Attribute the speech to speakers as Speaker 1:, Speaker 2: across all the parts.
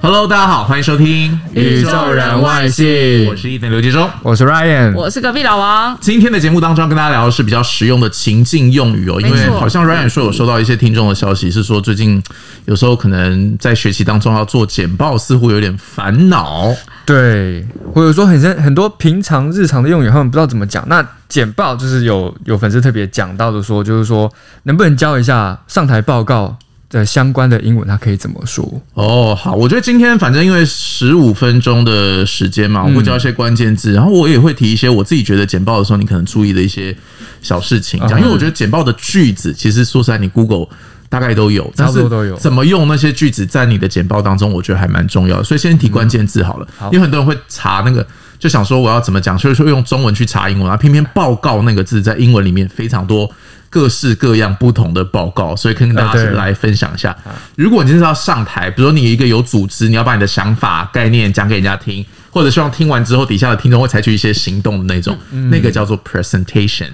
Speaker 1: Hello，大家好，欢迎收听《
Speaker 2: 宇宙人外星
Speaker 1: 我是伊森刘杰忠。
Speaker 2: 我是 Ryan，
Speaker 3: 我是隔壁老王。
Speaker 1: 今天的节目当中要跟大家聊的是比较实用的情境用语哦，因
Speaker 3: 没
Speaker 1: 为
Speaker 3: 错
Speaker 1: 好像 Ryan 说有收到一些听众的消息，是说最近有时候可能在学习当中要做简报，似乎有点烦恼。
Speaker 2: 对，或者说很很很多平常日常的用语，他们不知道怎么讲。那简报就是有有粉丝特别讲到的说，就是说能不能教一下上台报告的相关的英文，它可以怎么说？
Speaker 1: 哦，好，我觉得今天反正因为十五分钟的时间嘛，我
Speaker 2: 嗯
Speaker 1: 会教一些关键字，然后我也会提一些我自己觉得简报的时候你可能注意的一些小事情，这样，
Speaker 2: 嗯
Speaker 1: 因为我觉得简报的句子其实说实在，你 Google 大概都有，
Speaker 2: 差
Speaker 1: 但
Speaker 2: 不
Speaker 1: 是
Speaker 2: 多都有
Speaker 1: 怎么用那些句子在你的简报当中，我觉得还蛮重要的，所以先提关键字好了，
Speaker 2: 好
Speaker 1: 因为很多人会查那个。就想说我要怎么讲，所以说用中文去查英文，然后偏偏报告那个字在英文里面非常多各式各样不同的报告，所以可以跟大
Speaker 2: 啊
Speaker 1: 家
Speaker 2: 对
Speaker 1: 来来分享一下。如果你真是要上台，比如说你有一个有组织，你要把你的想法、概念讲给人家听，或者希望听完之后底下的听众会采取一些行动的那种，
Speaker 2: 嗯
Speaker 1: 那个叫做 presentation。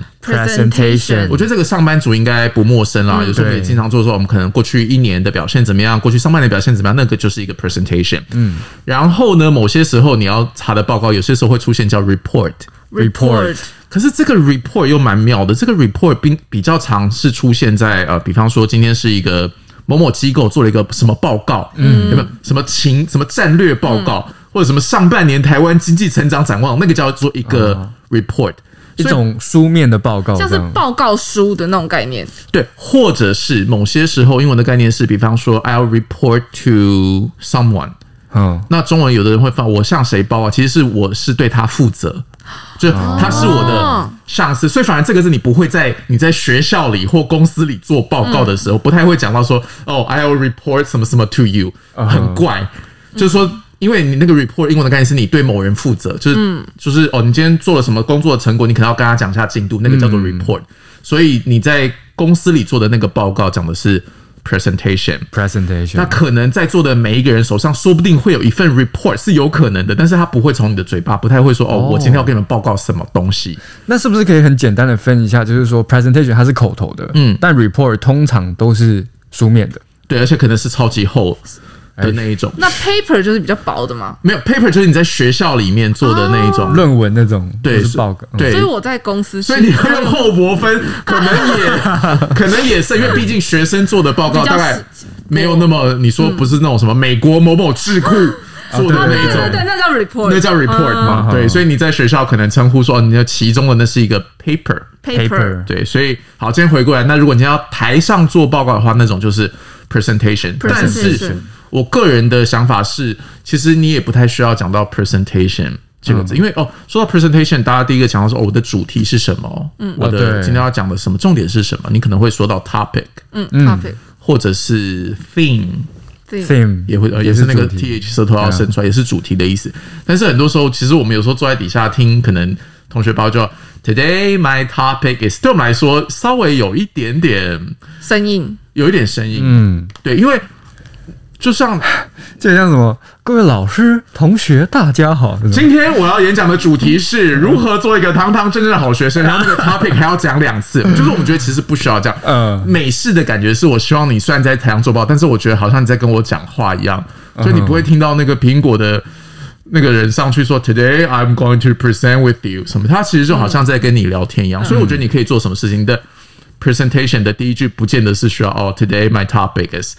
Speaker 2: Presentation
Speaker 1: 我觉得这个上班族应该不陌生啦，有时候
Speaker 2: 嗯对
Speaker 1: 也经常做说我们可能过去一年的表现怎么样，过去上半年表现怎么样，那个就是一个 presentation。嗯，然后呢，某些时候你要查的报告，有些时候会出现叫 report。
Speaker 2: Report
Speaker 1: 可是这个 report 又蛮妙的，这个 report 比比较常是出现在呃，比方说今天是一个某某机构做了一个什么报告，嗯，有没有什么情什么战略报告，
Speaker 2: 嗯
Speaker 1: 或者什么上半年台湾经济成长展望，那个叫做一个 report，、
Speaker 2: 啊一
Speaker 1: 所以
Speaker 2: 种书面的报告，
Speaker 3: 像
Speaker 2: 这
Speaker 3: 是
Speaker 2: 样
Speaker 3: 报告书的那种概念，
Speaker 1: 对，或者是某些时候英文的概念是，比方说 I'll report to someone，
Speaker 2: 嗯，
Speaker 1: 那中文有的人会放我向谁报啊？其实是我是对他负责，就他是我的上司，所以反而这个是你不会在你在学校里或公司里做报告的时候，不太会讲到说哦，I'll report 什么什么 to you，很怪，就是说。因为你那个 report 英文的概念是你对某人负责，就是、就是哦，你今天做了什么工作的成果，你可能要跟他讲一下进度，那个叫做 report、所以你在公司里做的那个报告讲的是 presentation，那
Speaker 2: presentation，
Speaker 1: 可能在座的每一个人手上，说不定会有一份 report 是有可能的，但是他不会从你的嘴巴，不太会说哦，我今天要跟你们报告什么东西。
Speaker 2: 那是不是可以很简单的分一下？就是说 presentation 它是口头的，嗯
Speaker 1: 嗯，
Speaker 2: 但 report 通常都是书面的，
Speaker 1: 对，而且可能是超级厚的那一种。
Speaker 3: 那 paper 就是比较薄的嘛。
Speaker 1: 没有 paper 就是你在学校里面做的那一种，
Speaker 2: 论文那种，
Speaker 1: 对
Speaker 2: 或是报告，嗯
Speaker 1: 对
Speaker 3: 哦所以我在公司是
Speaker 1: 所以你会用厚 薄分，可能也可能也是因为毕竟学生做的报告
Speaker 3: 比较
Speaker 1: 大概
Speaker 3: 实
Speaker 1: 没有那么你说不是那种什么美国某某智库做的
Speaker 3: 啊，
Speaker 1: 那
Speaker 3: 对
Speaker 1: 一
Speaker 3: 对
Speaker 1: 种
Speaker 3: 对，对，那叫 report，
Speaker 1: 那叫 report 嘛，
Speaker 2: 嗯
Speaker 1: 对，所以你在学校可能称呼说哦你的其中的那是一个 paper。
Speaker 3: paper。
Speaker 1: 对，所以好，今天回过来，那如果你要台上做报告的话，那种就是 presentation。但是
Speaker 3: presentation
Speaker 1: 我个人的想法是，其实你也不太需要讲到 presentation 这
Speaker 2: 嗯
Speaker 1: 个字，因为哦，说到 presentation，大家第一个想到说哦，我的主题是什么？嗯，我
Speaker 2: 哦
Speaker 1: 的
Speaker 2: 对
Speaker 1: 今天要讲的什么，重点是什么？你可能会说到 topic
Speaker 3: 嗯，topic
Speaker 1: 或者是 theme。
Speaker 3: 对。
Speaker 2: ，theme
Speaker 1: 也会呃也是那
Speaker 2: 主
Speaker 1: 个
Speaker 2: 题啊
Speaker 1: th 舌头要伸出来，也是主题的意思。但是很多时候，其实我们有时候坐在底下听，可能同学报就 today my topic is 对我们来说稍微有一点点
Speaker 3: 声音
Speaker 1: 有一点声音，
Speaker 2: 嗯，
Speaker 1: 对，因为就像
Speaker 2: 就像什么，各位老师、同学，大家好，这种
Speaker 1: 今天我要演讲的主题是如何做一个堂堂正正的好学生，然后那个 topic 还要讲两次，就是我们觉得其实不需要这样。
Speaker 2: 嗯
Speaker 1: 美式的感觉是我希望你虽然在台上做报，但是我觉得好像你在跟我讲话一样，所以你不会听到那个苹果的。那个人上去说，Today I'm going to present with you 什么，他其实就好像在跟你聊天一样，所以我觉得你可以做什么事情你的 presentation 的第一句，不见得是需要哦，Today my topic is，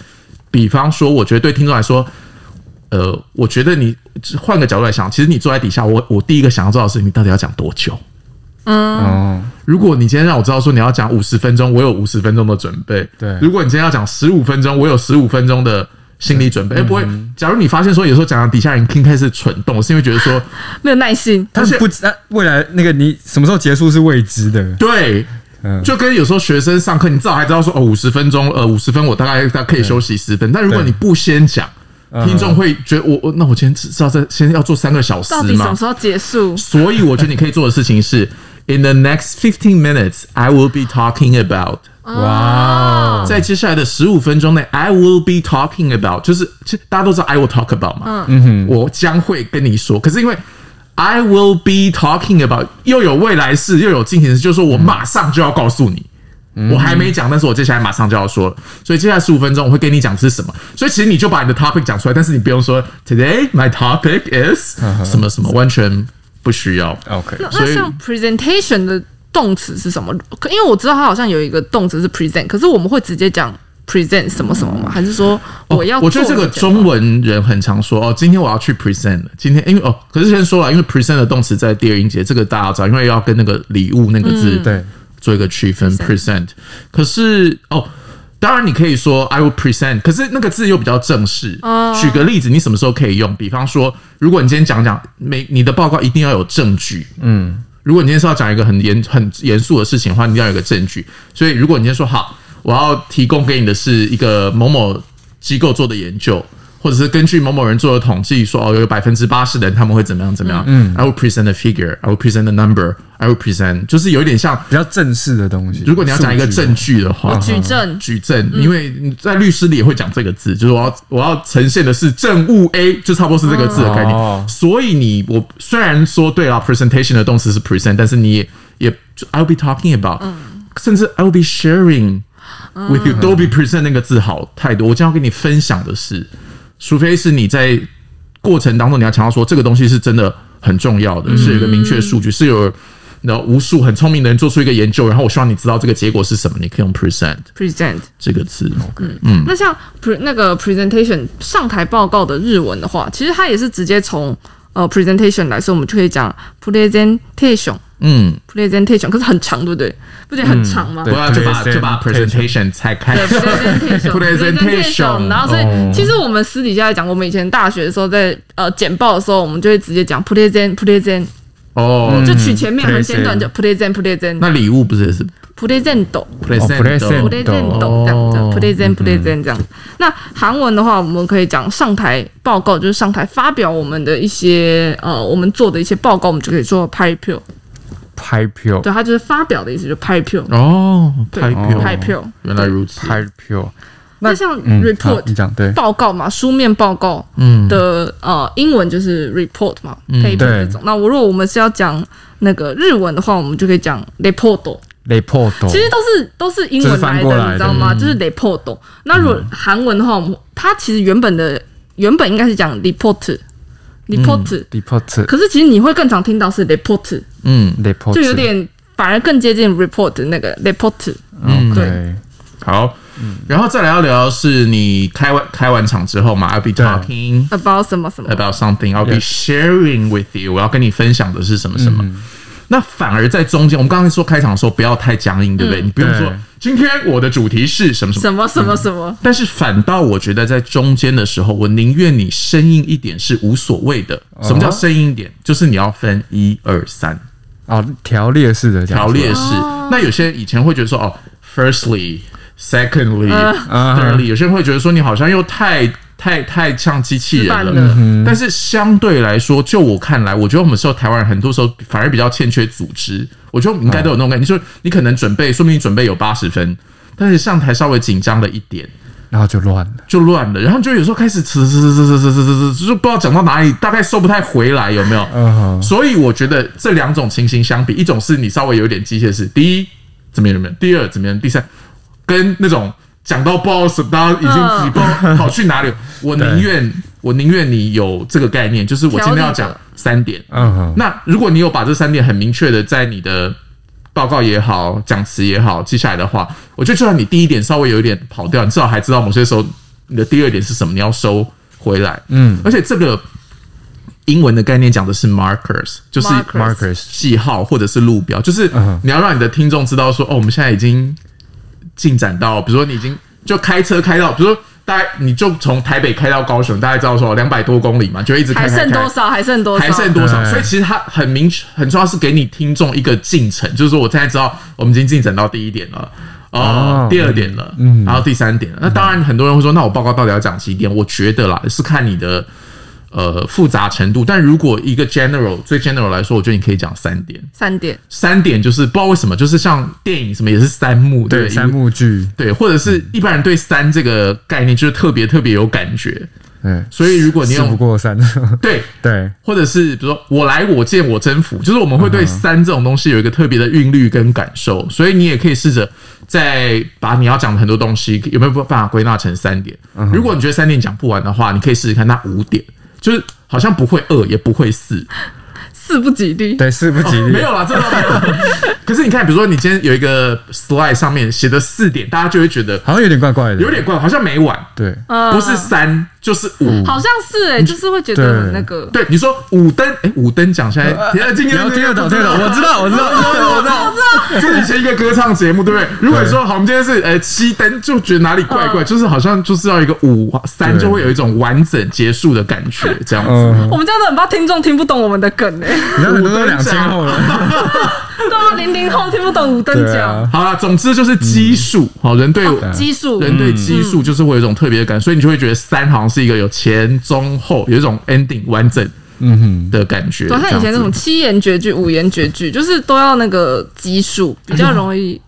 Speaker 1: 比方说，我觉得对听众来说，呃，我觉得你换个角度来想，其实你坐在底下，我我第一个想要知道的是你到底要讲多久。
Speaker 2: 哦，
Speaker 1: 如果你今天让我知道说你要讲五十分钟，我有五十分钟的准备。
Speaker 2: 对
Speaker 1: 如果你今天要讲十五分钟，我有十五分钟的心理准备。
Speaker 2: 嗯
Speaker 1: 哎，不会，假如你发现说有时候讲到底下人听开始蠢动，是因为觉得 说，
Speaker 3: 没有耐心，
Speaker 2: 他
Speaker 1: 而且
Speaker 2: 们不知，啊未来那个你什么时候结束是未知的，
Speaker 1: 对，
Speaker 2: 嗯
Speaker 1: 就跟有时候学生上课，你至少还知道说哦，五十分钟，呃，五十分我大概大概可以休息十分。但如果
Speaker 2: 对
Speaker 1: 你不先讲，
Speaker 2: 嗯
Speaker 1: 听众会觉得我我那我今天知道在先要做三个小时
Speaker 4: 到底什
Speaker 1: 吗
Speaker 4: 么？时候结束？
Speaker 1: 所以我觉得你可以做的事情是，in the next fifteen minutes I will be talking about。
Speaker 2: 哇，
Speaker 1: 在接下来的十五分钟内，I will be talking about，就是其实大家都知道 I will talk about 嘛，嗯哼，我将会跟你说。可是因为 I will be talking about 又有未来式又有进行式，就是说我马上就要告诉你。我还没讲，但是我接下来马上就要说了，所以接下来十五分钟我会跟你讲是什么。所以其实你就把你的 topic 讲出来，但是你不用说 today my topic is 什么什么，完全不需要。
Speaker 2: OK，
Speaker 4: 那
Speaker 1: 所
Speaker 4: 那
Speaker 1: 以
Speaker 4: 像 presentation 的动词是什么？可因为我知道它好像有一个动词是 present，可是我们会直接讲 present 什么什么吗？还是说我要、
Speaker 1: 哦我觉得这个中，文人很常说哦，今天我要去 present 了。今天因为哦，可是先说了，因为 present 的动词在第二音节，这个大家知道，因为要跟那个礼物那个字、
Speaker 4: 嗯
Speaker 2: 对，
Speaker 1: 做一个区分 present。可是哦，当然你可以说 I will present，可是那个字又比较正式。举个例子，你什么时候可以用？比方说，如果你今天讲讲每你的报告一定要有证据，
Speaker 2: 嗯，
Speaker 1: 如果你今天是要讲一个很严很严肃的事情的话，你一定要有个证据。所以如果你今天说好，我要提供给你的是一个某某机构做的研究，或者是根据某某人做的统计说哦，有百分之八十的人他们会怎么样怎么样。嗯，I will present a figure, I will present a number, I will present，就是有一点像。
Speaker 2: 比较正式的东西。
Speaker 1: 如果你要讲一个
Speaker 2: 数据
Speaker 1: 证据的话，
Speaker 4: 举证
Speaker 1: 举证，因为你在律师里也会讲这个字，就是我要我要呈现的是证物 A，就差不多是这个字的概念。
Speaker 2: 哦
Speaker 1: 所以你我虽然说对啊，presentation 的动词是 present，但是你也也就 I'll be talking about，、甚至 I'll be sharing with you，都比 present 那个字好太多。我将要跟你分享的是，除非是你在过程当中你要强调说这个东西是真的很重要的，是有一个明确的数据，是有。那无数很聪明的人做出一个研究，然后我希望你知道这个结果是什么，你可以用 present。
Speaker 4: present。
Speaker 1: 这个字。
Speaker 4: 那像 pre 那个 presentation 上台报告的日文的话，其实它也是直接从呃 presentation 来，所以我们就可以讲 presentation。
Speaker 1: 嗯，
Speaker 4: presentation 可是很长，对不对？不觉得很长吗？
Speaker 1: 我要就把
Speaker 2: presentation
Speaker 1: 就把 presentation 拆 开。
Speaker 4: presentation
Speaker 1: presentation
Speaker 4: 然后所以
Speaker 2: 哦
Speaker 4: 其实我们私底下在讲，我们以前大学的时候在呃简报的时候，我们就会直接讲 present present，
Speaker 1: 哦，
Speaker 4: 就取前面很简短的 present present
Speaker 1: 那礼物不是也是
Speaker 4: present
Speaker 2: present
Speaker 1: present？
Speaker 4: 哦 present 这样子 present present 这样。那韩文的话，我们可以讲上台报告，就是上台发表我们的一些呃我们做的一些报告，我们就可以做 p r e p u
Speaker 2: 拍票，
Speaker 4: 对，它就是发表的意思，就 p r e p u
Speaker 1: 哦，
Speaker 4: 对
Speaker 1: 拍票，
Speaker 4: 拍票
Speaker 1: 原来如此。
Speaker 2: 拍票。
Speaker 4: 那像
Speaker 2: 嗯好
Speaker 4: report
Speaker 2: 你讲对，
Speaker 4: 报告嘛，书面报告
Speaker 1: 嗯
Speaker 4: 的、呃英文就是 report 嘛、
Speaker 1: 嗯
Speaker 4: paper
Speaker 2: 对
Speaker 4: 这种。那我如果我们是要讲那个日文的话，我们就可以讲 report，
Speaker 2: 雷破斗，
Speaker 4: 其实都是都是英
Speaker 2: 这
Speaker 4: 文
Speaker 2: 哦是翻
Speaker 4: 来
Speaker 2: 过
Speaker 4: 的，
Speaker 2: 来的
Speaker 4: 你知道吗？就是 report。那如果韩文的话，我们它其实原本的原本应该是讲 report report，、
Speaker 2: report
Speaker 4: 可是其实你会更常听到是 report，
Speaker 1: 嗯，
Speaker 2: report
Speaker 4: 就有点反而更接近 report 的那个 report。
Speaker 2: 嗯
Speaker 4: 对
Speaker 2: 对，
Speaker 1: 好，然后再来要聊的是你开完开完场之后嘛，I'll be
Speaker 2: 对
Speaker 1: talking。
Speaker 4: about 什么什么
Speaker 1: about something. I'll be
Speaker 2: Yes.
Speaker 1: sharing with you. 我要跟你分享的是什么什么。那反而在中间，我们刚才说开场的时候不要太僵硬，对不对？你不用说
Speaker 2: 对
Speaker 1: 今天我的主题是什么什么。
Speaker 4: 什么什么什么，
Speaker 1: 但是反倒我觉得在中间的时候，我宁愿你生硬一点是无所谓的。什么叫生硬一点？就是你要分一二三
Speaker 2: 哦，条列式的讲法
Speaker 1: 条列式。那有些人以前会觉得说，哦，firstly。Secondly, thirdly，有些人会觉得说你好像又太太太像机器人了
Speaker 4: 死板了，
Speaker 1: 但是相对来说，就我看来，我觉得我们受台湾人很多时候反而比较欠缺组织。我觉得我们应该都有那种感觉，就是你可能准备，说明你准备有八十分，但是上台稍微紧张了一点，
Speaker 2: 然后就乱了。
Speaker 1: 就乱了，然后就有时候开始呲呲呲呲呲呲呲，就不知道讲到哪里，大概收不太回来，有没有？
Speaker 2: 嗯哼
Speaker 1: 所以我觉得这两种情形相比，一种是你稍微有点机械式，第一怎么样怎么样，第二怎么样，第三跟那种讲到 boss，大家已经自己不知道跑去哪里，我宁愿我宁愿你有这个概念，就是我今天要
Speaker 4: 条理
Speaker 1: 讲
Speaker 4: 的
Speaker 1: 三点，
Speaker 2: 嗯哼，
Speaker 1: 那如果你有把这三点很明确的在你的报告也好、讲词也好记下来的话，我觉得就算你第一点稍微有一点跑掉，你至少还知道某些时候你的第二点是什么，你要收回来。
Speaker 2: 嗯
Speaker 1: 而且这个英文的概念讲的是 markers，就是
Speaker 4: Markers
Speaker 2: ，Marcus，
Speaker 1: 记号或者是路标，就是
Speaker 2: 嗯哼
Speaker 1: 你要让你的听众知道说，哦，我们现在已经进展到，比如说你已经就开车开到，比如说大概你就从台北开到高雄，大概知道说两百多公里嘛，就一直开
Speaker 4: 还
Speaker 1: 开
Speaker 4: 剩
Speaker 1: 开
Speaker 4: 多。少？还剩多少？
Speaker 1: 还剩多少？
Speaker 2: 对
Speaker 1: 所以其实它很明确，很重要是给你听众一个进程，就是说我现在知道我们已经进展到第一点了，哦
Speaker 2: 哦，
Speaker 1: 第二点了，
Speaker 2: 嗯
Speaker 1: 然后第三点了。那当然很多人会说，那我报告到底要讲几点？我觉得啦，是看你的呃复杂程度。但如果一个 general 最 general 来说，我觉得你可以讲三点。
Speaker 4: 三点，
Speaker 1: 三点就是不知道为什么，就是像电影什么也是三幕，对
Speaker 2: 对，
Speaker 1: 不对
Speaker 2: 三幕嗯剧，
Speaker 1: 对，或者是一般人对三这个概念就是特别特别有感觉，
Speaker 2: 嗯，
Speaker 1: 所以如果你
Speaker 2: 事不
Speaker 1: 用
Speaker 2: 过三，
Speaker 1: 对，
Speaker 2: 对，
Speaker 1: 或者是比如说我来我见我征服，就是我们会
Speaker 2: 嗯
Speaker 1: 对三这种东西有一个特别的韵律跟感受，所以你也可以试着再把你要讲的很多东西有没有办法归纳成三点。
Speaker 2: 嗯
Speaker 1: 如果你觉得三点讲不完的话，你可以试试看那五点，就是好像不会二也不会四，
Speaker 4: 四不吉利。
Speaker 2: 对，事不吉利，
Speaker 1: 哦没有啦，这倒没有。 可是你看，比如说你今天有一个 slide 上面写的四点，大家就会觉得
Speaker 2: 好像有点怪怪的，
Speaker 1: 有点怪，好像没完。
Speaker 2: 对，
Speaker 4: 嗯
Speaker 1: 不是三就是五。
Speaker 4: 好像是哎、就是会觉得很那个。
Speaker 1: 对，你说五灯，哎，五灯奖现在， 呃，今
Speaker 2: 你
Speaker 1: 天
Speaker 2: 要听得懂，听得懂，我知道，我知道， 我知道，
Speaker 1: 这以前一个歌唱节目，对不对？如果你说好，我们今天是呃七灯，就觉得哪里怪
Speaker 4: 嗯
Speaker 1: 怪，就是好像就是要一个五三，
Speaker 2: 对
Speaker 1: 就会有一种完整结束的感觉，这样子。
Speaker 2: 嗯，
Speaker 4: 我们这样子很怕听众听不懂我们的梗哎、
Speaker 2: 你看很多都两千后了，
Speaker 4: 对啊，零零后听不懂五等
Speaker 2: 对
Speaker 4: 奖、
Speaker 2: 啊，
Speaker 1: 好了，总之就是基数，好人对
Speaker 4: 嗯
Speaker 2: 嗯
Speaker 1: 啊
Speaker 4: 基数，
Speaker 1: 人对基数就是会有一种特别的感，所以你就会觉得三好像是一个有前中后，有一种 ending 完整
Speaker 2: 嗯哼，
Speaker 1: 的感觉。
Speaker 4: 对，像以前那种七言绝句、五言绝句，就是都要那个基数，
Speaker 1: 嗯
Speaker 4: 比较容易
Speaker 1: 这样子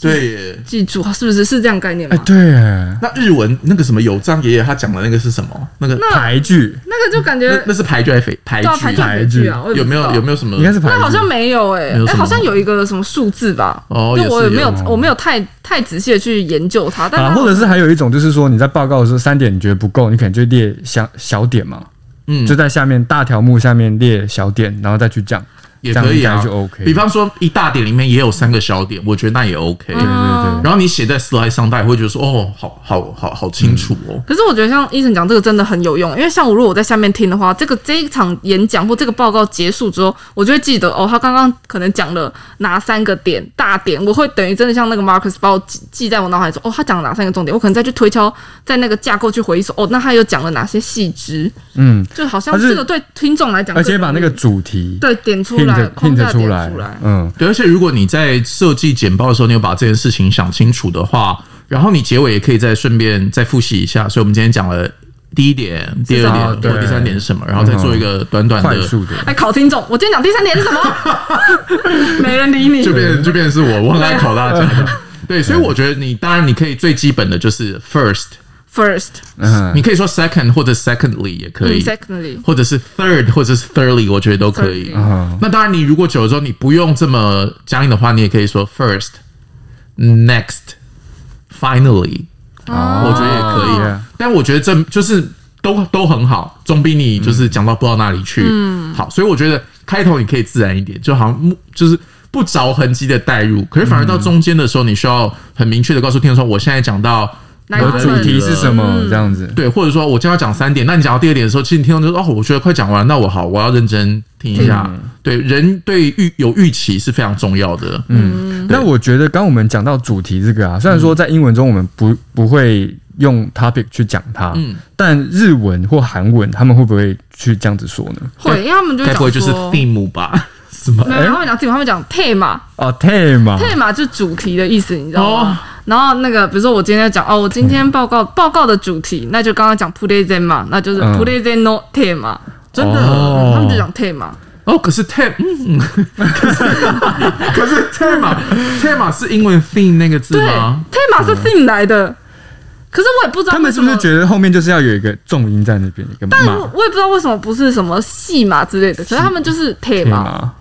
Speaker 1: 对耶。
Speaker 4: 记住，哦是不是是这样概念
Speaker 2: 哎，
Speaker 4: 吗？
Speaker 2: 对，哎
Speaker 1: 那日文那个什么有章爷爷他讲的那个是什么？那个
Speaker 2: 排剧
Speaker 4: 那个就感觉
Speaker 1: 那那是排剧还是肥排剧
Speaker 4: 对啊，排？
Speaker 2: 排
Speaker 4: 队
Speaker 2: 剧
Speaker 4: 剧啊，我也
Speaker 1: 有
Speaker 4: 不
Speaker 1: 没
Speaker 4: 知
Speaker 1: 有
Speaker 4: 道
Speaker 1: 有没有什么？
Speaker 2: 应该是排剧，
Speaker 4: 那好像没有哎、
Speaker 1: 没有
Speaker 4: 哎、
Speaker 1: 什么
Speaker 4: 好像有一个什么数字吧，
Speaker 1: 哦
Speaker 4: 就
Speaker 1: 也是
Speaker 4: 我也没有
Speaker 1: 有
Speaker 4: 我没有太太仔细的去研究它，但
Speaker 2: 啊，
Speaker 4: 它
Speaker 2: 或者是还有一种就是说，你在报告的时候三点你觉得不够，你可能就列小小点嘛，
Speaker 1: 嗯
Speaker 2: 就在下面大条目下面列小点，然后再去讲，
Speaker 1: 也可以
Speaker 2: 这样应
Speaker 1: 啊
Speaker 2: 该就 OK。
Speaker 1: 比方说一大点里面也有三个小点，我觉得那也 OK。
Speaker 2: 对对对，
Speaker 1: 然后你写在 slide 上，大家也会觉得说哦，好好好好清楚
Speaker 2: 嗯
Speaker 1: 哦。
Speaker 4: 可是我觉得像医生讲这个真的很有用，因为像我如果我在下面听的话，这个这一场演讲或这个报告结束之后，我就会记得哦，他刚刚可能讲了哪三个点大点，我会等于真的像那个 Marcus 把我记记在我脑海中，哦，他讲了哪三个重点，我可能再去推敲，在那个架构去回忆说，哦，那他又讲了哪些细枝，
Speaker 2: 嗯，
Speaker 4: 就好像
Speaker 2: 但是
Speaker 4: 这个对听众来讲
Speaker 2: 而
Speaker 4: 更容易，
Speaker 2: 且把那个主题
Speaker 4: 对点出
Speaker 2: hint
Speaker 4: 来
Speaker 2: hint
Speaker 4: 框架点
Speaker 2: 出
Speaker 4: 出
Speaker 2: 来
Speaker 4: 来，，
Speaker 2: 嗯，
Speaker 1: 对，而且如果你在设计简报的时候，你有把这件事情想清楚的话，然后你结尾也可以再顺便再复习一下。所以我们今天讲了第一点、第二
Speaker 2: 至少
Speaker 1: 点或
Speaker 2: 啊对
Speaker 1: 第三点是什么，然后再做一个短短
Speaker 2: 快
Speaker 1: 的，
Speaker 2: 速的，
Speaker 4: 来哎考听众，我今天讲第三点是什么？ 没人 理你
Speaker 1: 就。变就变成是我我很爱考大家 的。对，所以我觉得你当然你可以最基本的就是 first，
Speaker 4: First,
Speaker 2: 嗯
Speaker 1: 你可以说 second 或者 secondly 也可
Speaker 4: 嗯
Speaker 1: 以，
Speaker 4: secondly，
Speaker 1: 或者是 third 或者是 thirdly，我觉得都可以
Speaker 4: Thirdly。
Speaker 2: 嗯
Speaker 1: 那当然，你如果久了之后你不用这么僵硬的话，你也可以说 first、next、finally，
Speaker 2: 哦
Speaker 1: 我觉得也可以。
Speaker 2: Yeah
Speaker 1: 但我觉得这就是都都很好，总比你就是讲到不知道哪里去、
Speaker 2: 嗯
Speaker 1: 好。所以我觉得开头你可以自然一点，就好像目就是不着痕迹的带入，可是反而
Speaker 2: 嗯
Speaker 1: 到中间的时候，你需要很明确的告诉听众说，我现在讲到。
Speaker 4: 哪
Speaker 2: 我
Speaker 4: 个
Speaker 2: 的主题是什么？这样子，
Speaker 1: 对，或者说我今天要讲三点，那你讲到第二点的时候，其实你听众就说哦，我觉得快讲完了，那我好，我要认真听一下。
Speaker 2: 嗯
Speaker 1: 对，人对预有预期是非常重要的。嗯，
Speaker 2: 那我觉得刚我们讲到主题这个啊，虽然
Speaker 4: 嗯
Speaker 2: 说在英文中我们不不会用 topic 去讲它，
Speaker 1: 嗯
Speaker 2: 但日文或韩文他们会不会去这样子说呢？
Speaker 4: 会，因为他嗯们就
Speaker 1: 该
Speaker 4: 会
Speaker 1: 不会
Speaker 4: 讲
Speaker 1: 就是
Speaker 4: 说，
Speaker 1: theme 吧？是吗？
Speaker 4: 没有，他们讲题目，他们讲 tema，tema
Speaker 2: 啊，tema，哦
Speaker 4: 就是主题的意思，你知道吗？然后那个，比如说我今天讲哦，我今
Speaker 2: 嗯
Speaker 4: 天报告报告的主题，那就刚刚讲 present 嘛，那就是
Speaker 2: 嗯
Speaker 4: present no tema，
Speaker 1: 真的
Speaker 2: 哦
Speaker 4: 他们就讲 tema，
Speaker 1: 哦，可是 theme，嗯， 可是可是 theme theme 是英文 theme 那个字
Speaker 4: 对
Speaker 1: 吗？
Speaker 4: ，tema 是 theme 来的，可是我也不知道
Speaker 2: 嗯他们是不
Speaker 4: 为
Speaker 2: 是
Speaker 4: 什么
Speaker 2: 觉得后面就是要有一个重音在那边一个
Speaker 4: 但
Speaker 2: 骂
Speaker 4: 我我也不知道为什么不是什么戏码之类的，可是他们就是 tema，
Speaker 2: 嘛？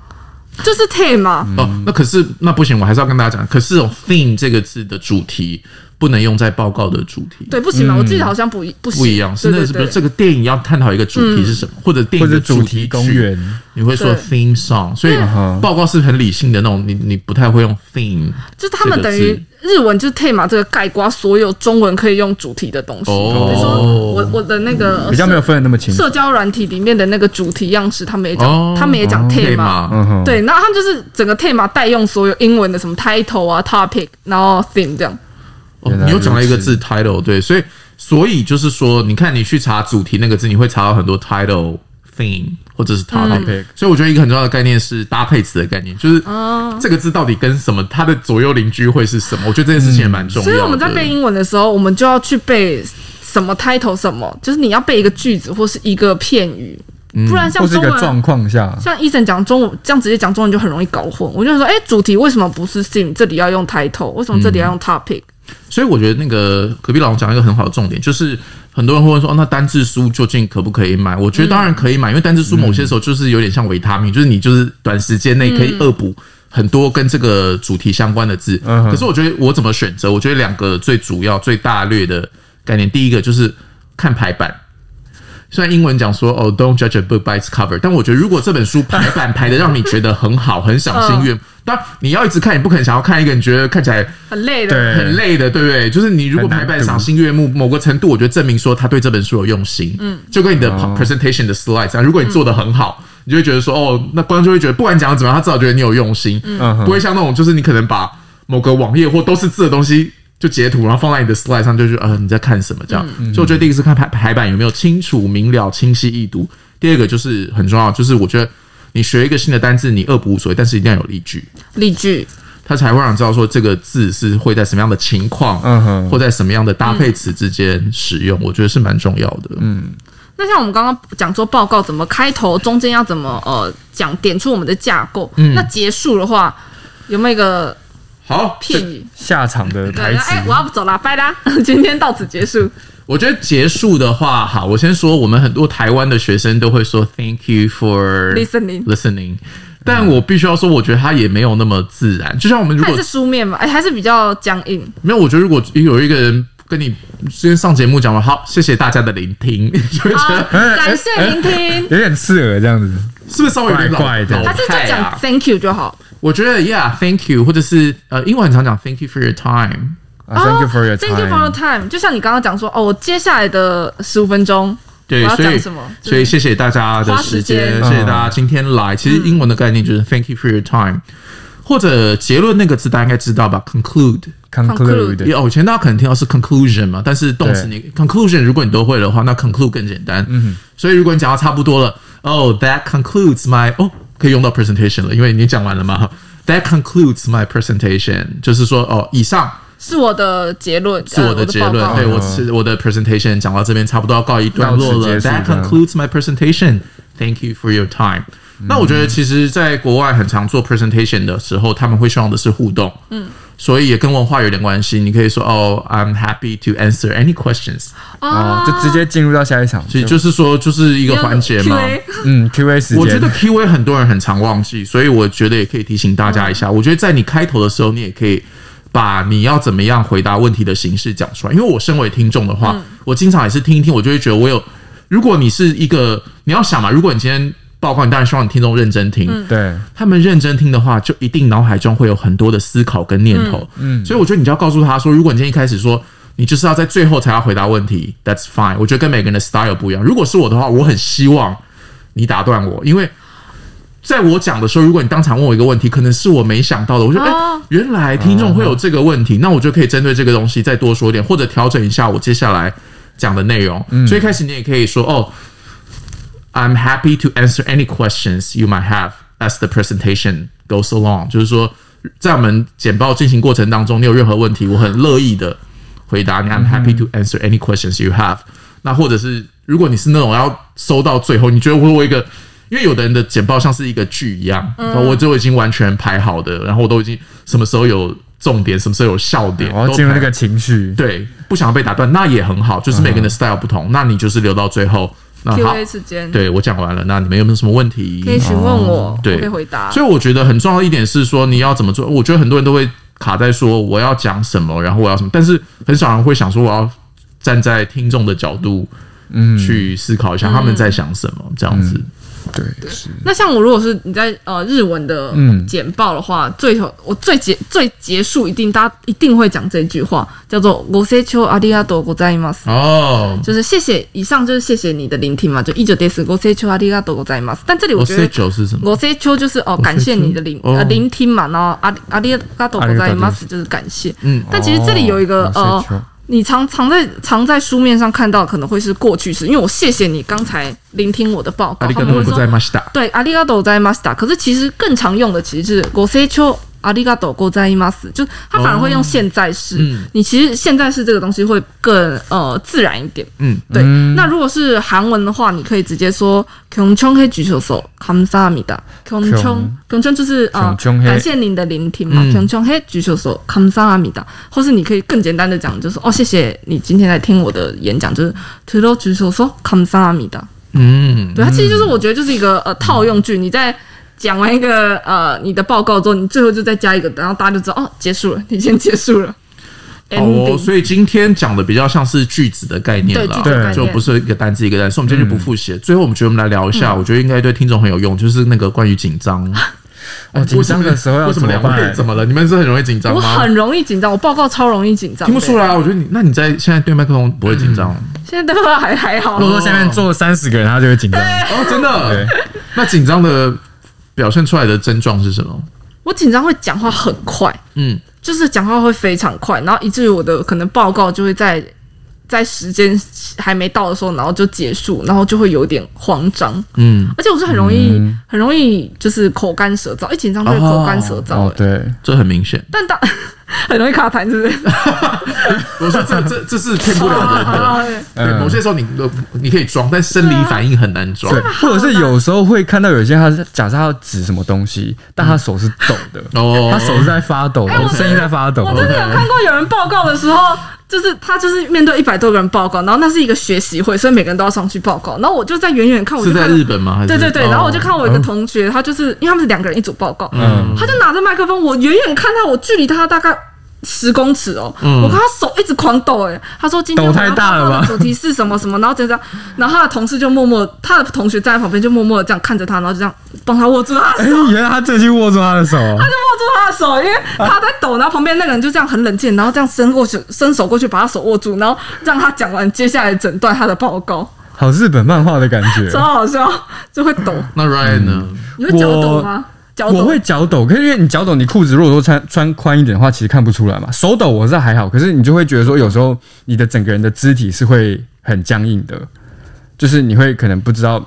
Speaker 4: 就是 tema，
Speaker 1: 哦，那可是那不行，我还是要跟大家讲，可是哦 theme 这个字的主题不能用在报告的主题。
Speaker 4: 对，不行
Speaker 2: 嗯
Speaker 4: 嘛，我记得好像不一不行
Speaker 1: 不一样，是
Speaker 4: 对
Speaker 1: 那
Speaker 4: 对
Speaker 1: 是不是
Speaker 4: 对
Speaker 1: 这个电影要探讨一个主题是什么，或者电
Speaker 2: 或
Speaker 1: 影
Speaker 2: 者
Speaker 1: 的
Speaker 2: 主
Speaker 1: 题
Speaker 2: 题公
Speaker 1: 曲
Speaker 2: 园，
Speaker 1: 你会说
Speaker 4: 对嗯
Speaker 1: theme song，所以
Speaker 2: 哼
Speaker 1: 报告是很理性的那种，你你不太会用 theme
Speaker 4: 就是他们等于日文就是 tema 这个概括所有中文可以用主题的东西。比如说我
Speaker 1: 哦。
Speaker 4: 我的那个呃
Speaker 2: 比较没有分得那么清
Speaker 4: 社。社交软体里面的那个主题样式，他们也讲，
Speaker 1: 哦啊
Speaker 4: 他们也讲啊 tema。
Speaker 1: 嘛，
Speaker 2: 嗯哼，
Speaker 4: 对，然后他们就是整个 tema 代用所有英文的什么 title 啊、topic，然后 theme 这样。
Speaker 1: 哦
Speaker 2: 原来
Speaker 1: 你又
Speaker 2: 如
Speaker 1: 讲了一个
Speaker 2: 此
Speaker 1: 字 title，对，所以所以就是说，你看你去查主题那个字，你会查到很多 title、theme 或者是 topic、
Speaker 2: 嗯
Speaker 1: 所以我觉得一个很重要的概念是搭配词的概念，就是
Speaker 4: 哦
Speaker 1: 这个字到底跟什么，它的左右邻居会是什么？我觉得这件事情也蛮重要的。
Speaker 4: 所以我们在背英文的时候，我们就要去背什么 title 什么，就是你要背一个句子或是一个片语，不然像
Speaker 2: 或是一
Speaker 4: 中
Speaker 2: 个
Speaker 4: 文。啊
Speaker 2: 状况下，
Speaker 4: 像医生讲中文，这样直接讲中文就很容易搞混。我就说，哎、主题为什么不是 theme？这里要用 title，为什么这里要用 topic？、
Speaker 1: 所以我觉得那个隔壁老王讲到一个很好的重点，就是很多人会问说、哦，那单字书究竟可不可以买？我觉得当然可以买，因为单字书某些时候就是有点像维他命，就是你就是短时间内可以恶补。很多跟这个主题相关的字，
Speaker 2: 嗯哼
Speaker 1: 可是我觉得我怎么选择？我觉得两个最主要、最大略的概念，第一个就是看排版。虽然英文讲说哦，Don't judge a book by its cover，但我觉得如果这本书排版排的让你觉得很好、很赏心悦目，当然你要一直看，你不可能想要看一个你觉得看起来
Speaker 4: 很累的。
Speaker 2: 对，
Speaker 1: 很累的，对不对？就是你如果
Speaker 2: 很难
Speaker 1: 排版
Speaker 2: 读
Speaker 1: 赏心悦目，某个程度，我觉得证明说他对这本书有用心。嗯，就跟你的
Speaker 2: 哦
Speaker 1: presentation 的 slides 啊，如果你做的很好，你就会觉得说，哦，那观众就会觉得，不管讲得怎么样，他至少觉得你有用心，
Speaker 2: 嗯哼
Speaker 1: 不会像那种就是你可能把某个网页或都是字的东西。就截图，然后放在你的 slide 上，就是呃你在看什么这样。所以我觉得第一个是看排排版有没有清楚明了、清晰易读。第二个就是很重要，就是我觉得你学一个新的单字，你恶补无所谓，但是一定要有例句。
Speaker 4: 例句，
Speaker 1: 他才会让你知道说这个字是会在什么样的情况，
Speaker 2: 嗯哼
Speaker 1: 或在什么样的搭配词之间使用，我觉得是蛮重要的。嗯，
Speaker 4: 那像我们刚刚讲说报告怎么开头，中间要怎么呃讲点出我们的架构，那结束的话有没有一个
Speaker 1: 好，
Speaker 4: 片
Speaker 1: 这
Speaker 4: 语？
Speaker 2: 下场的
Speaker 4: 对，
Speaker 2: 台词
Speaker 4: 哎、我要走啦，拜啦， 今天到此结束。
Speaker 1: 我觉得结束的话，好，我先说，我们很多台湾的学生都会说 “Thank you for
Speaker 4: Listening
Speaker 1: listening”，但我必须要说，我觉得他也没有那么自然。就像我们如
Speaker 4: 它
Speaker 1: 果
Speaker 4: 也是书面嘛，哎、还是比较僵硬。
Speaker 1: 没有，我觉得如果有一个人跟你之前上节目讲了，好，谢谢大家的聆听， 你就会觉
Speaker 4: 好，
Speaker 1: 得
Speaker 4: 感谢聆听。
Speaker 2: 有点刺耳这样子。
Speaker 1: 是不是稍微有点老
Speaker 2: 怪怪的
Speaker 1: 老
Speaker 4: 还是就
Speaker 1: 派啊
Speaker 4: 讲 Thank you 就好。
Speaker 1: 我觉得 yeah，thank you，或者是呃，英文很常讲 thank you for your time。
Speaker 2: 啊 Thank you for your
Speaker 4: Thank you for your
Speaker 2: time。
Speaker 4: time。就像你刚刚讲说，哦，我接下来的十五分钟，
Speaker 1: 对，
Speaker 4: 我要
Speaker 1: 所以
Speaker 4: 讲什么
Speaker 1: 所以谢谢大家的时间，
Speaker 4: 花时间嗯
Speaker 1: 谢谢大家今天来。其实英文的概念就是 thank you for your time，或者结论那个字大家应该知道吧？conclude。
Speaker 2: Conclude。
Speaker 1: 哦，以前大家可能听到是 conclusion 嘛，但是动词
Speaker 2: 对
Speaker 1: 你 conclusion 如果你都会的话，那 conclude 更简单。嗯，所以如果你讲到差不多了，哦，that concludes my 哦，可以用到 presentation 了，因为你讲完了嘛。That concludes my presentation，就是说哦，以上
Speaker 4: 是我的结论，
Speaker 1: 是我的结论，
Speaker 4: 呃我的报告
Speaker 1: 对我是我的 presentation 讲到这边差不多要告一段
Speaker 2: 嗯
Speaker 1: 落
Speaker 2: 到
Speaker 1: 了。
Speaker 2: 此结束嗯
Speaker 1: That concludes my presentation. Thank you for your time.
Speaker 2: 嗯
Speaker 1: 那我觉得其实，在国外很常做 presentation 的时候，他们会希望的是互动，嗯，所以也跟文化有点关系。你可以说哦，I'm happy to answer any questions，
Speaker 2: 哦，就直接进入到下一场，
Speaker 1: 所以就是说就是一个环节嘛。
Speaker 4: Q&A
Speaker 2: 嗯 Q&A 时间。
Speaker 1: 我觉得 Q A 很多人很常忘记，所以我觉得也可以提醒大家一
Speaker 2: 嗯
Speaker 1: 下。我觉得在你开头的时候，你也可以把你要怎么样回答问题的形式讲出来。因为我身为听众的话，
Speaker 2: 嗯
Speaker 1: 我经常也是听一听，我就会觉得我有。如果你是一个，你要想嘛，如果你今天报告，你当然希望你听众认真听。
Speaker 2: 对，
Speaker 1: 他们认真听的话，就一定脑海中会有很多的思考跟念头。嗯，所以我觉得你就要告诉他说，如果你今天一开始说你就是要在最后才要回答问题，That's fine。我觉得跟每个人的 style 不一样。如果是我的话，我很希望你打断我，因为在我讲的时候，如果你当场问我一个问题，可能是我没想到的，我就哎、
Speaker 4: 哦
Speaker 1: 原来听众会有这个问题，那我就可以针对这个东西再多说一点，或者调整一下我接下来讲的内容。
Speaker 2: 嗯
Speaker 1: 所以一开始你也可以说哦。I'm happy to answer any questions you might have as the presentation goes along。就是说，在我们简报进行过程当中，你有任何问题，我很乐意的回答你。
Speaker 2: 嗯
Speaker 1: I'm happy to answer any questions you have。那或者是，如果你是那种要收到最后，你觉得我有一个，因为有的人的简报像是一个剧一样，
Speaker 2: 嗯
Speaker 1: 我就已经完全排好的，然后我都已经什么时候有重点，什么时候有笑点，
Speaker 2: 我要
Speaker 1: 都
Speaker 2: 哦进入
Speaker 1: 排
Speaker 2: 那个情绪。
Speaker 1: 对，不想要被打断，那也很好，就是每个人的 style 不同，那你就是留到最后。那啊好
Speaker 4: Q&A 时间，
Speaker 1: 对我讲完了，那你们有没有什么问题？
Speaker 4: 可以询问我，我
Speaker 1: 对
Speaker 4: 可以回答。
Speaker 1: 所以我觉得很重要的一点是说，你要怎么做？我觉得很多人都会卡在说我要讲什么，然后我要什么，但是很少人会想说我要站在听众的角度，嗯，去思考一下他们在想什么，这样子。
Speaker 2: 对，是
Speaker 4: 那像我如果是你在呃日文的
Speaker 2: 嗯
Speaker 4: 简报的话，最后我最结最结束一定大家一定会讲这句话，叫做ご清聴ありがとうございます。
Speaker 1: 哦，
Speaker 4: 就是谢谢，以上就是谢谢你的聆听嘛，就一九 days ご清聴ありがとうございます。但这里我
Speaker 1: 我
Speaker 4: 觉得
Speaker 1: 塞酒是什么？
Speaker 4: 我 say 秋就是哦，感谢你的聆
Speaker 1: 哦
Speaker 4: 呃聆听嘛，然后阿阿里阿多ございます就是感谢。
Speaker 1: 嗯
Speaker 4: 但其实这里有一个
Speaker 2: 哦
Speaker 4: 呃
Speaker 2: 我塞秋
Speaker 4: 你常常在常在书面上看到，可能会是过去式，因为我谢谢你刚才聆听我的报告，
Speaker 1: 阿里
Speaker 4: 他
Speaker 1: 跟
Speaker 4: 们
Speaker 1: 诺
Speaker 4: 会
Speaker 1: 不
Speaker 4: 说
Speaker 1: 在马西达，
Speaker 4: 对，ありがとうございました。可是其实更常用的其实是ご清聴ありがとうございます，就是它反而会用现在式。
Speaker 1: 哦嗯
Speaker 4: 你其实现在式这个东西会更呃自然一点。
Speaker 1: 嗯，
Speaker 4: 对，那如果是韩文的话，你可以直接说“경청해주셔서감사합니다”。경청 경청就是啊、
Speaker 2: 경청해
Speaker 4: 感谢您的聆听嘛。
Speaker 1: 嗯
Speaker 4: 경청해주셔서감사합니다。或是你可以更简单的讲，就是哦，谢谢你今天来听我的演讲，就是들어주셔서감사합니다。
Speaker 1: 嗯，
Speaker 4: 对，它其实就是我觉得就是一个呃套用句，你在讲完一个呃你的报告之后，你最后就再加一个，然后大家就知道哦，结束了，你先结束了。
Speaker 1: 好哦，
Speaker 4: ending，、
Speaker 1: 所以今天讲的比较像是句子的概念
Speaker 4: 对，
Speaker 1: 了
Speaker 4: 句子。的概
Speaker 1: 就
Speaker 4: 念
Speaker 1: 不。是一个单字一个单词，所以我们今天就不复习了。最后，我们觉得我们来聊一下，我觉得应该对听众很有用，就是那个关于紧张。
Speaker 2: 哦，紧张的时候要
Speaker 1: 为什
Speaker 2: 怎
Speaker 1: 么
Speaker 2: 么
Speaker 1: 两位
Speaker 2: 办？
Speaker 1: 怎么了？你们是很容易紧张
Speaker 4: 我
Speaker 1: 吗？
Speaker 4: 很容易紧张，我报告超容易紧张的。
Speaker 1: 听不出来啊，我觉得你，那你在现在对麦克风不会紧张
Speaker 4: 现在对话还还好
Speaker 2: 如。
Speaker 1: 嗯
Speaker 2: 果说下面坐三十个人，他就会紧张。
Speaker 1: 哦，真的
Speaker 2: 对。
Speaker 1: 那紧张的表现出来的症状是什么？
Speaker 4: 我紧张会讲话很快，
Speaker 1: 嗯，
Speaker 4: 就是讲话会非常快，然后以至于我的可能报告就会在在时间还没到的时候，然后就结束，然后就会有点慌张。
Speaker 1: 嗯，
Speaker 4: 而且我是很容易、很容易就是口干舌燥，一紧张就会口干舌燥、
Speaker 2: 哦，对，
Speaker 1: 这很明显。
Speaker 4: 但当 很容易卡痰，是不是？
Speaker 1: 我说这这这是骗不了人的。 对，
Speaker 2: 嗯
Speaker 1: 某些时候你你可以装，但生理反应很难装
Speaker 2: 对。，或者是有时候会看到有些他是假设他要指什么东西，但他手是抖的，
Speaker 1: 哦，
Speaker 2: 他手是在发抖
Speaker 4: 哎我
Speaker 2: 的，声音在发抖
Speaker 4: 我真的有看过有人报告的时候，就是他就是面对一百多个人报告，然后那是一个学习会，所以每个人都要上去报告。然后我就在远远看，我
Speaker 1: 是
Speaker 4: 就
Speaker 1: 在
Speaker 4: 看
Speaker 1: 日本吗？还是
Speaker 4: 对对对，然后我就看我一个
Speaker 2: 哦
Speaker 4: 同学，他就是因为他们是两个人一组报告，
Speaker 2: 嗯，
Speaker 4: 他就拿着麦克风，我远远看他，我距离他大概十公尺哦，
Speaker 1: 嗯
Speaker 4: 我看他手一直狂抖、哎，他说今天
Speaker 2: 抖
Speaker 4: 我
Speaker 2: 太
Speaker 4: 要
Speaker 2: 大
Speaker 4: 报
Speaker 2: 了
Speaker 4: 告的
Speaker 2: 吧
Speaker 4: 主题是什么什么，然后怎样怎样，然后他的同事就默默，他的同学站在旁边就默默的这样看着他，然后就这样帮他握住他的
Speaker 2: 哎
Speaker 4: 手。，
Speaker 2: 原来他正去握住他的手，
Speaker 4: 他就握住他的手，因为
Speaker 2: 啊
Speaker 4: 他在抖，然后旁边那个人就这样很冷静，然后这样伸过去，伸手过去把他手握住，然后让他讲完接下来诊断他的报告，
Speaker 2: 好日本漫画的感 觉
Speaker 4: 超。好笑，就会抖。
Speaker 1: 那 Ryan 呢？
Speaker 4: 你会脚抖吗？脚抖
Speaker 2: 我会脚抖，可是因为你脚抖，你裤子如果说穿穿宽一点的话，其实看不出来嘛。手抖我是还好，可是你就会觉得说，有时候你的整个人的肢体是会很僵硬的，就是你会可能不知道，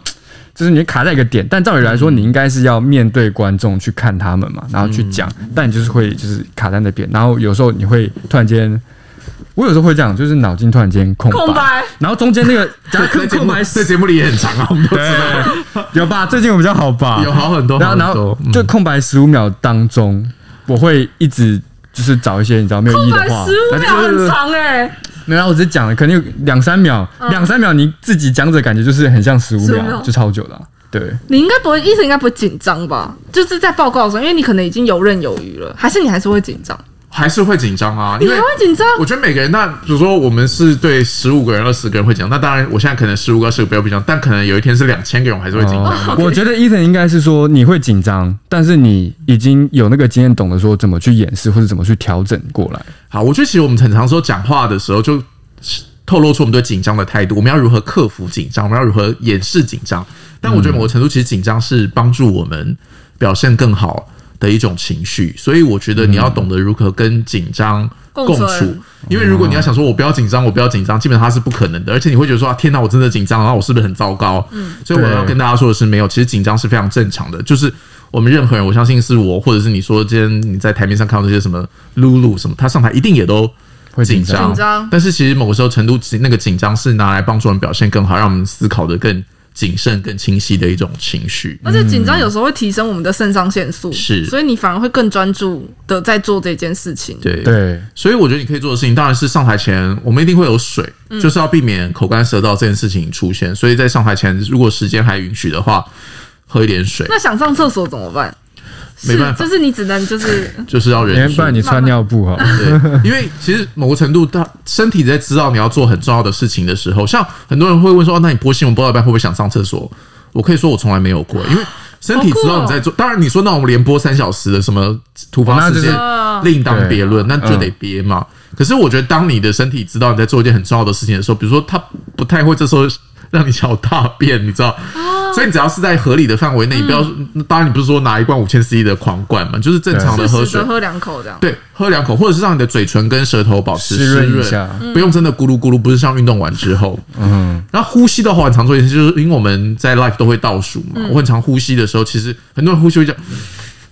Speaker 2: 就是你卡在一个点。但照理来说，你应该是要面对观众去看他们嘛，然后去讲，但你就是会就是卡在那边，然后有时候你会突然间。我有时候会这样，就是脑筋突然间空白，
Speaker 4: 空白
Speaker 2: 然后中间那个讲
Speaker 1: 这节
Speaker 2: 空
Speaker 1: 目
Speaker 2: 白
Speaker 1: 这节目里也很长啊，我们都知道
Speaker 2: 对，有吧？最近我比较好吧？
Speaker 1: 有好
Speaker 4: 哦
Speaker 1: 很多，
Speaker 2: 然后然
Speaker 1: 好很
Speaker 2: 后
Speaker 1: 多嗯
Speaker 2: 就空白十五秒当中，我会一直就是找一些你知道没有意
Speaker 4: 空
Speaker 2: 义的
Speaker 4: 白
Speaker 2: 话，
Speaker 4: 十五秒
Speaker 2: 对对对
Speaker 4: 很
Speaker 2: 对
Speaker 4: 长哎、
Speaker 1: 欸
Speaker 2: 没有，然后我只讲了，可能有两三秒，两三秒你自己讲着感觉就是很像十五
Speaker 4: 15秒
Speaker 2: 秒，就超久了啊。对，
Speaker 4: 你应该不会，意思应该不会紧张吧？就是在报告的时候，因为你可能已经游刃有余了，还是你还是会紧张？
Speaker 1: 还是会紧张啊，
Speaker 4: 你
Speaker 1: 因
Speaker 4: 还
Speaker 1: 为
Speaker 4: 会紧张？
Speaker 1: 我觉得每个人，那比如说我们是对十五个人、二十个人会紧张，那当然我现在可能十五个、二十个不要紧张，但可能有一天是两千个人，我还
Speaker 4: 哦
Speaker 1: 是会紧张。
Speaker 2: 嗯我觉得 Ethan 应该是说你会紧张，但是你已经有那个经验，懂得说怎么去掩饰或者怎么去调整过来。
Speaker 1: 好，我觉得其实我们很常说讲话的时候就透露出我们对紧张的态度，我们要如何克服紧张，我们要如何掩饰紧张。但我觉得某个程度，其实紧张是帮助我们表现更好的一种情绪，所以我觉得你要懂得如何跟紧张
Speaker 4: 共
Speaker 1: 共处
Speaker 4: 存。
Speaker 1: 因为如果你要想说我不要紧张，我不要紧张，基本上它是不可能的，而且你会觉得说啊，天哪，我真的紧张，然后我是不是很糟糕？
Speaker 4: 嗯
Speaker 1: 所以我要
Speaker 2: 对
Speaker 1: 跟大家说的是，没有，其实紧张是非常正常的，就是我们任何人，我相信是我，或者是你说今天你在台面上看到这些什么露露什么，他上台一定也都
Speaker 2: 会紧
Speaker 1: 张，
Speaker 2: 张
Speaker 4: 紧张
Speaker 1: 但是其实某个时候程度，那个紧张是拿来帮助我们表现更好，让我们思考的更谨慎、更清晰的一种情绪。
Speaker 4: 而且紧张有时候会提升我们的肾上腺素，
Speaker 1: 是
Speaker 4: 所以你反而会更专注的在做这件事情。
Speaker 1: 对，
Speaker 2: 对，
Speaker 1: 所以我觉得你可以做的事情，当然是上台前我们一定会有水，
Speaker 4: 嗯
Speaker 1: 就是要避免口干舌燥这件事情出现。所以在上台前，如果时间还允许的话，喝一点水，
Speaker 4: 那想上厕所怎么办？
Speaker 1: 没
Speaker 4: 是
Speaker 1: 办法
Speaker 4: 就是你只能就是
Speaker 1: 就是要忍
Speaker 2: 不
Speaker 1: 住。
Speaker 2: 然你穿尿布哈。
Speaker 1: 对，因为其实某个程度，他身体在知道你要做很重要的事情的时候，像很多人会问说：“哦，那你播新闻播到一半会不会想上厕所？”我可以说我从来没有过，因为身体知道你在做。当然，你说那我们连播三小时的什么突发事件，
Speaker 4: 那
Speaker 1: 另当别论，那就得
Speaker 2: 嗯
Speaker 1: 憋嘛。可是我觉得，当你的身体知道你在做一件很重要的事情的时候，比如说他不太会这时候让你想要大便，你知道，所以你只要是在合理的范围内，你不要说，当然你不是说拿一罐五千 CC 的狂灌嘛，就是正常的喝
Speaker 4: 适时
Speaker 1: 水
Speaker 4: 的，喝两口这样。
Speaker 1: 对，喝两口，或者是让你的嘴唇跟舌头保持
Speaker 2: 湿
Speaker 1: 湿
Speaker 2: 润一
Speaker 1: 润
Speaker 2: 下
Speaker 1: 不
Speaker 4: 嗯
Speaker 1: 用真的咕噜咕噜，不是像运动完之后。嗯，然后呼吸的话，很常做一件事，就是因为我们在 life 都会倒数嘛，
Speaker 4: 嗯
Speaker 1: 我很常呼吸的时候，其实很多人呼吸会这样。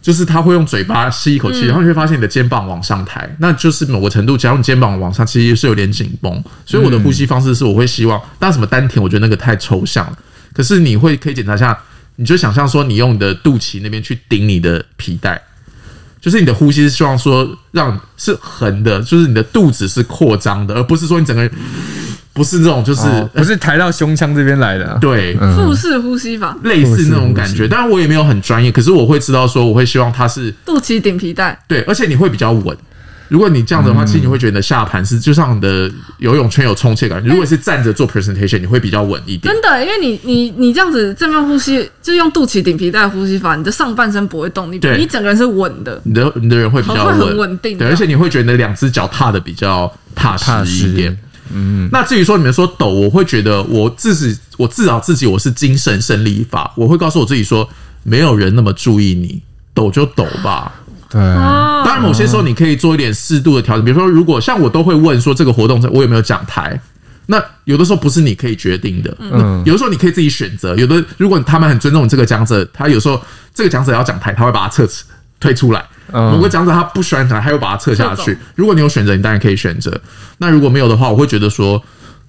Speaker 1: 就是他会用嘴巴吸一口气，然后你会发现你的肩膀往上抬，那就是某个程度，假如你肩膀往上，其实是有点紧绷。所以我的呼吸方式是，我会希望，但什么丹田，我觉得那个太抽象了。可是你会可以检查一下，你就想象说，你用你的肚脐那边去顶你的皮带，就是你的呼吸是希望说让是横的，就是你的肚子是扩张的，而不是说你整个人不是这种就是、
Speaker 2: 哦不是抬到胸腔这边来的啊、
Speaker 1: 对。
Speaker 4: 腹式呼嗯吸法，
Speaker 1: 类似那种感觉，当然我也没有很专业，可是我会知道说，我会希望它是
Speaker 4: 肚脐顶皮带，
Speaker 1: 对，而且你会比较稳。如果你这样子的
Speaker 4: 嗯
Speaker 1: 话，其实你会觉得你的下盘是就像你的游泳圈有充气感。如果是站着做 presentation，你会比较稳一点。
Speaker 4: 真的，因为你你你这样子正面呼吸，就用肚脐顶皮带的呼吸法，你的上半身不会动，你
Speaker 1: 对
Speaker 4: 你整个人是稳的。
Speaker 1: 你的你的人会比较
Speaker 4: 会
Speaker 1: 稳，
Speaker 4: 很稳定
Speaker 1: 对，
Speaker 4: 的
Speaker 1: 而且你会觉得两只脚踏的比较踏
Speaker 2: 踏
Speaker 1: 实
Speaker 2: 实
Speaker 1: 一点。嗯，那至于说你们说抖，我会觉得我自己，我自找自己我是精神胜利法，我会告诉我自己说，没有人那么注意你，抖就抖吧。
Speaker 2: 对，
Speaker 4: 啊，
Speaker 1: 当然，某些时候你可以做一点适度的调整，比如说，如果像我都会问说这个活动我有没有讲台。那有的时候不是你可以决定的，嗯，有的时候你可以自己选择。有的如果他们很尊重你这个讲者，他有时候这个讲者要讲台，他会把它撤推出来。
Speaker 2: 嗯
Speaker 1: 某个讲者他不喜欢讲台，他又把它撤下
Speaker 4: 撤
Speaker 1: 去
Speaker 4: 走。
Speaker 1: 如果你有选择，你当然可以选择。那如果没有的话，我会觉得说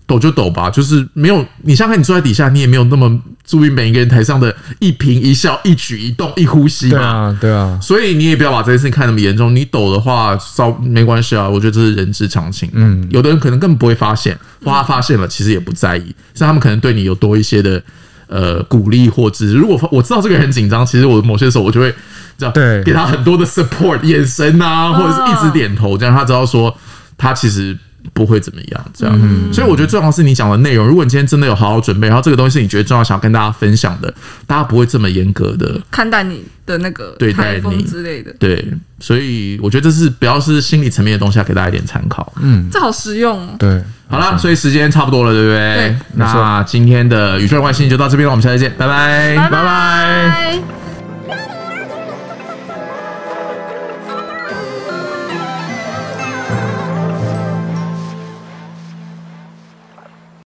Speaker 1: 抖就抖吧，就是没有你想想看你坐在底下，你也没有那么注意每一个人台上的一颦一笑、一举一动、一呼吸
Speaker 2: 对
Speaker 1: 嘛。
Speaker 2: 啊，对啊，
Speaker 1: 所以你也不要把这件事情看那么严重。你抖的话，稍没关系啊，我觉得这是人之常情。嗯，有的人可能根本不会发现，或他发现了，其实也不在意，所以他们可能对你有多一些的呃鼓励或支持。如果我知道这个人很紧张，其实我某些时候我就会这样，
Speaker 2: 对
Speaker 1: 给他很多的 support 眼神啊，或者是一直点头，这样他知道说他其实。不会怎么样，这样，所以我觉得重要的是你讲的内容。如果你今天真的有好好准备，然后这个东西是你觉得重要，想要跟大家分享的，大家不会这么严格的
Speaker 4: 看待你的那个
Speaker 1: 对待
Speaker 4: 台风
Speaker 1: 你
Speaker 4: 之类的，
Speaker 1: 对，所以我觉得这是不要是心理层面的东西，要给大家一点参考。
Speaker 4: 这好实用哦。
Speaker 2: 对，
Speaker 1: 好啦，所以时间差不多了，对不对？
Speaker 4: 对
Speaker 1: 那今天的宇宙人外星人就到这边了，我们下次见，拜拜，
Speaker 4: 拜
Speaker 5: Thank
Speaker 4: 拜。
Speaker 5: you.